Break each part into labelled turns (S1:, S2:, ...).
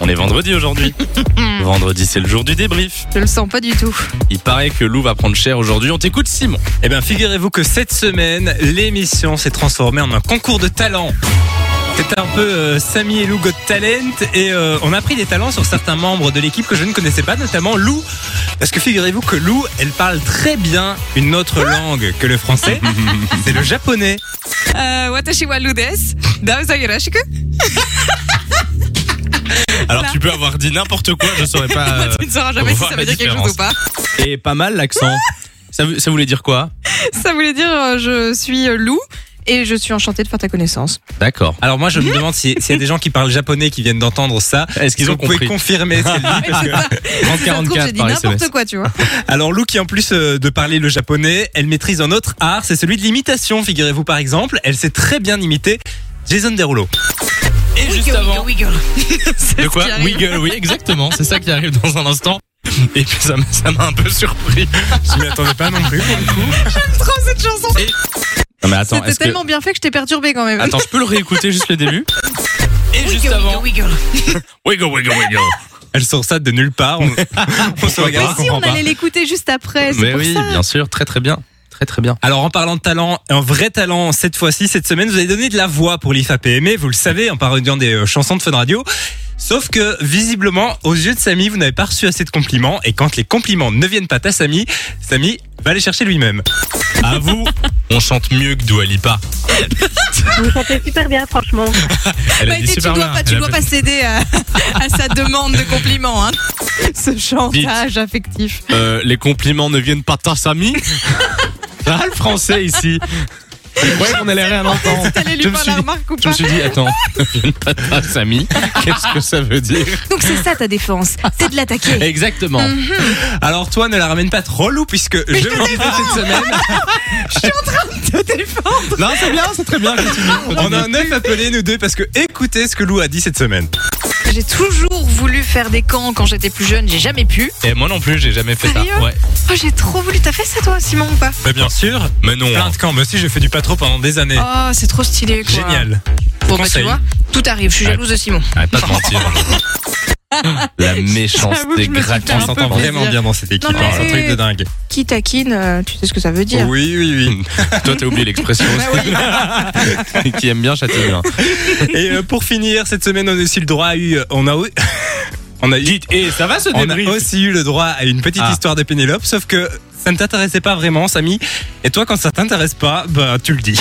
S1: On est vendredi aujourd'hui. vendredi, c'est le jour du débrief.
S2: Je le sens pas du tout.
S1: Il paraît que Lou va prendre cher aujourd'hui. On t'écoute, Simon.
S3: Eh bien, figurez-vous que cette semaine, l'émission s'est transformée en un concours de talent. C'était un peu euh, Samy et Lou Got Talent et euh, on a pris des talents sur certains membres de l'équipe que je ne connaissais pas, notamment Lou. Parce que figurez-vous que Lou, elle parle très bien une autre langue que le français, c'est le japonais.
S2: Euh, watashi wa Lou desu. Daoza yoroshiku.
S1: Alors, tu peux avoir dit n'importe quoi, je saurais pas. euh,
S2: Tu ne sauras jamais si
S1: voir
S2: ça veut
S1: la
S2: dire quelque chose ou pas.
S1: Et pas mal l'accent. ça, vou- ça voulait dire quoi
S2: Ça voulait dire euh, je suis euh, Lou et je suis enchantée de faire ta connaissance.
S1: D'accord.
S3: Alors moi, je me demande si- s'il y a des gens qui parlent japonais qui viennent d'entendre ça.
S1: Est-ce qu'ils ont
S3: Vous pouvez
S1: compris
S3: confirmer ce qu'elle dit parce que-
S2: Si ça se trouve,
S1: 44
S2: j'ai dit
S1: par
S2: n'importe
S1: SMS.
S2: quoi, tu vois.
S3: Alors Lou qui en plus euh, de parler le japonais, elle maîtrise un autre art, c'est celui de l'imitation, figurez-vous par exemple, elle sait très bien imiter Jason Derulo.
S1: Et juste avant.
S2: C'est
S1: De
S2: ce
S1: quoi
S2: qui arrive.
S1: Wiggle, oui, exactement. C'est ça qui arrive dans un instant. Et puis ça m'a- ça m'a un peu surpris.
S3: Je m'y attendais pas non plus.
S2: Trop cette chanson.
S1: Non mais attends,
S2: C'était
S1: est-ce que...
S2: tellement bien fait que je t'ai perturbé quand même.
S1: Attends, je peux le réécouter juste le début Et juste avant... Wiggle, wiggle, wiggle.
S3: Elle sort ça de nulle part, on, on se
S2: Mais
S3: regarde, on
S2: si, on
S3: comprend pas.
S2: allait l'écouter juste après. C'est
S1: Mais
S2: pour
S1: oui,
S2: ça.
S1: bien sûr, très très bien. Très très bien.
S3: Alors en parlant de talent, un vrai talent cette fois-ci, cette semaine, vous avez donné de la voix pour l'IFAPME, E, vous le savez, en parodiant des euh, chansons de Fun Radio. Sauf que visiblement, aux yeux de Samy, vous n'avez pas reçu assez de compliments, et quand les compliments ne viennent pas à Samy, Samy va les chercher lui-même.
S1: À vous, on chante mieux que Dua Lipa.
S4: Vous chantez super bien, franchement.
S1: Elle
S2: Maïté, Bah, tu dois
S1: bien.
S2: pas, tu
S1: Elle a
S2: dois
S1: fait-
S2: pas céder à, à sa demande de compliment. hein. Ce chantage affectif.
S1: Euh, les compliments ne viennent pas de ta Samy. Ah, le français ici. Je croyais qu'on allait rien entendre.
S2: T'allais lui
S1: Je me
S2: faire
S1: suis
S2: la
S1: dit-
S2: remarque ou
S1: Je
S2: pas
S1: me suis dit, attends, ne viennent pas de ta Samy. Qu'est-ce que ça veut dire Mm.
S2: Donc c'est ça ta défense, c'est de l'attaquer.
S1: Exactement.
S3: Alors toi, ne la ramène pas trop Lou, puisque je vous disais cette semaine,
S2: Te défendre.
S1: Non, c'est bien, c'est très bien. continue,
S3: on
S1: continue.
S3: a un œuf appelé nous deux, parce que écoutez ce que Lou a dit cette semaine.
S2: J'ai toujours voulu faire des camps quand j'étais plus jeune, j'ai jamais pu.
S1: Et moi non plus, j'ai jamais fait ça.
S2: Sérieux
S1: Ouais.
S2: Oh, j'ai trop voulu. T'as fait ça toi, Simon ou pas
S3: Mais bien sûr,
S1: Mais non. hein.
S3: plein de camps, mais si j'ai fait du patro pendant des années.
S2: Oh, c'est trop stylé. Quoi.
S3: Génial.
S2: Bon, bah, tu
S3: Conseil.
S2: vois, tout arrive. Je suis jalouse de Simon.
S1: Arrête pas de mentir. aujourd'hui. La
S2: J'avoue que
S1: méchanceté
S2: je me suis
S1: gratuite.
S2: fait un
S3: On
S2: peu
S3: s'entend
S2: plaisir.
S3: vraiment bien dans cette équipe,
S2: Non,
S3: hein, c'est
S2: mais-
S3: un truc de dingue.
S2: Qui taquine, euh, tu sais ce que ça veut dire.
S3: Oui, oui,
S1: Toi, t'as oublié l'expression Bah aussi. Qui aime bien hein. châtaigner.
S3: oui. Et euh, pour finir, cette semaine, on a aussi le droit à eu, euh, on a eu- on a eu-
S1: et ça va ce
S3: on a aussi eu le droit à une petite
S1: Ah.
S3: histoire de Pénélope, sauf que ça ne t'intéressait pas vraiment, Samy. Et toi, quand ça t'intéresse pas, bah tu le dis.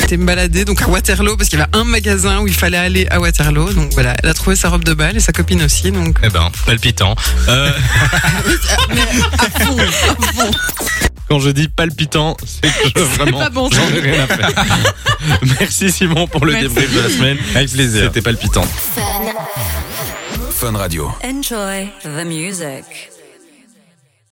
S5: J'étais me balader donc à Waterloo parce qu'il y avait un magasin où il fallait aller à Waterloo. Donc voilà, elle a trouvé sa robe de bal et sa copine aussi. Donc
S1: Eh ben, palpitant. Euh, Quand je dis palpitant, c'est que je, vraiment,
S2: pas bon, ça.
S1: j'en ai rien à faire. Merci Simon pour le
S2: Merci.
S1: débrief de la semaine.
S3: Avec plaisir.
S1: C'était palpitant.
S6: Enjoy the music.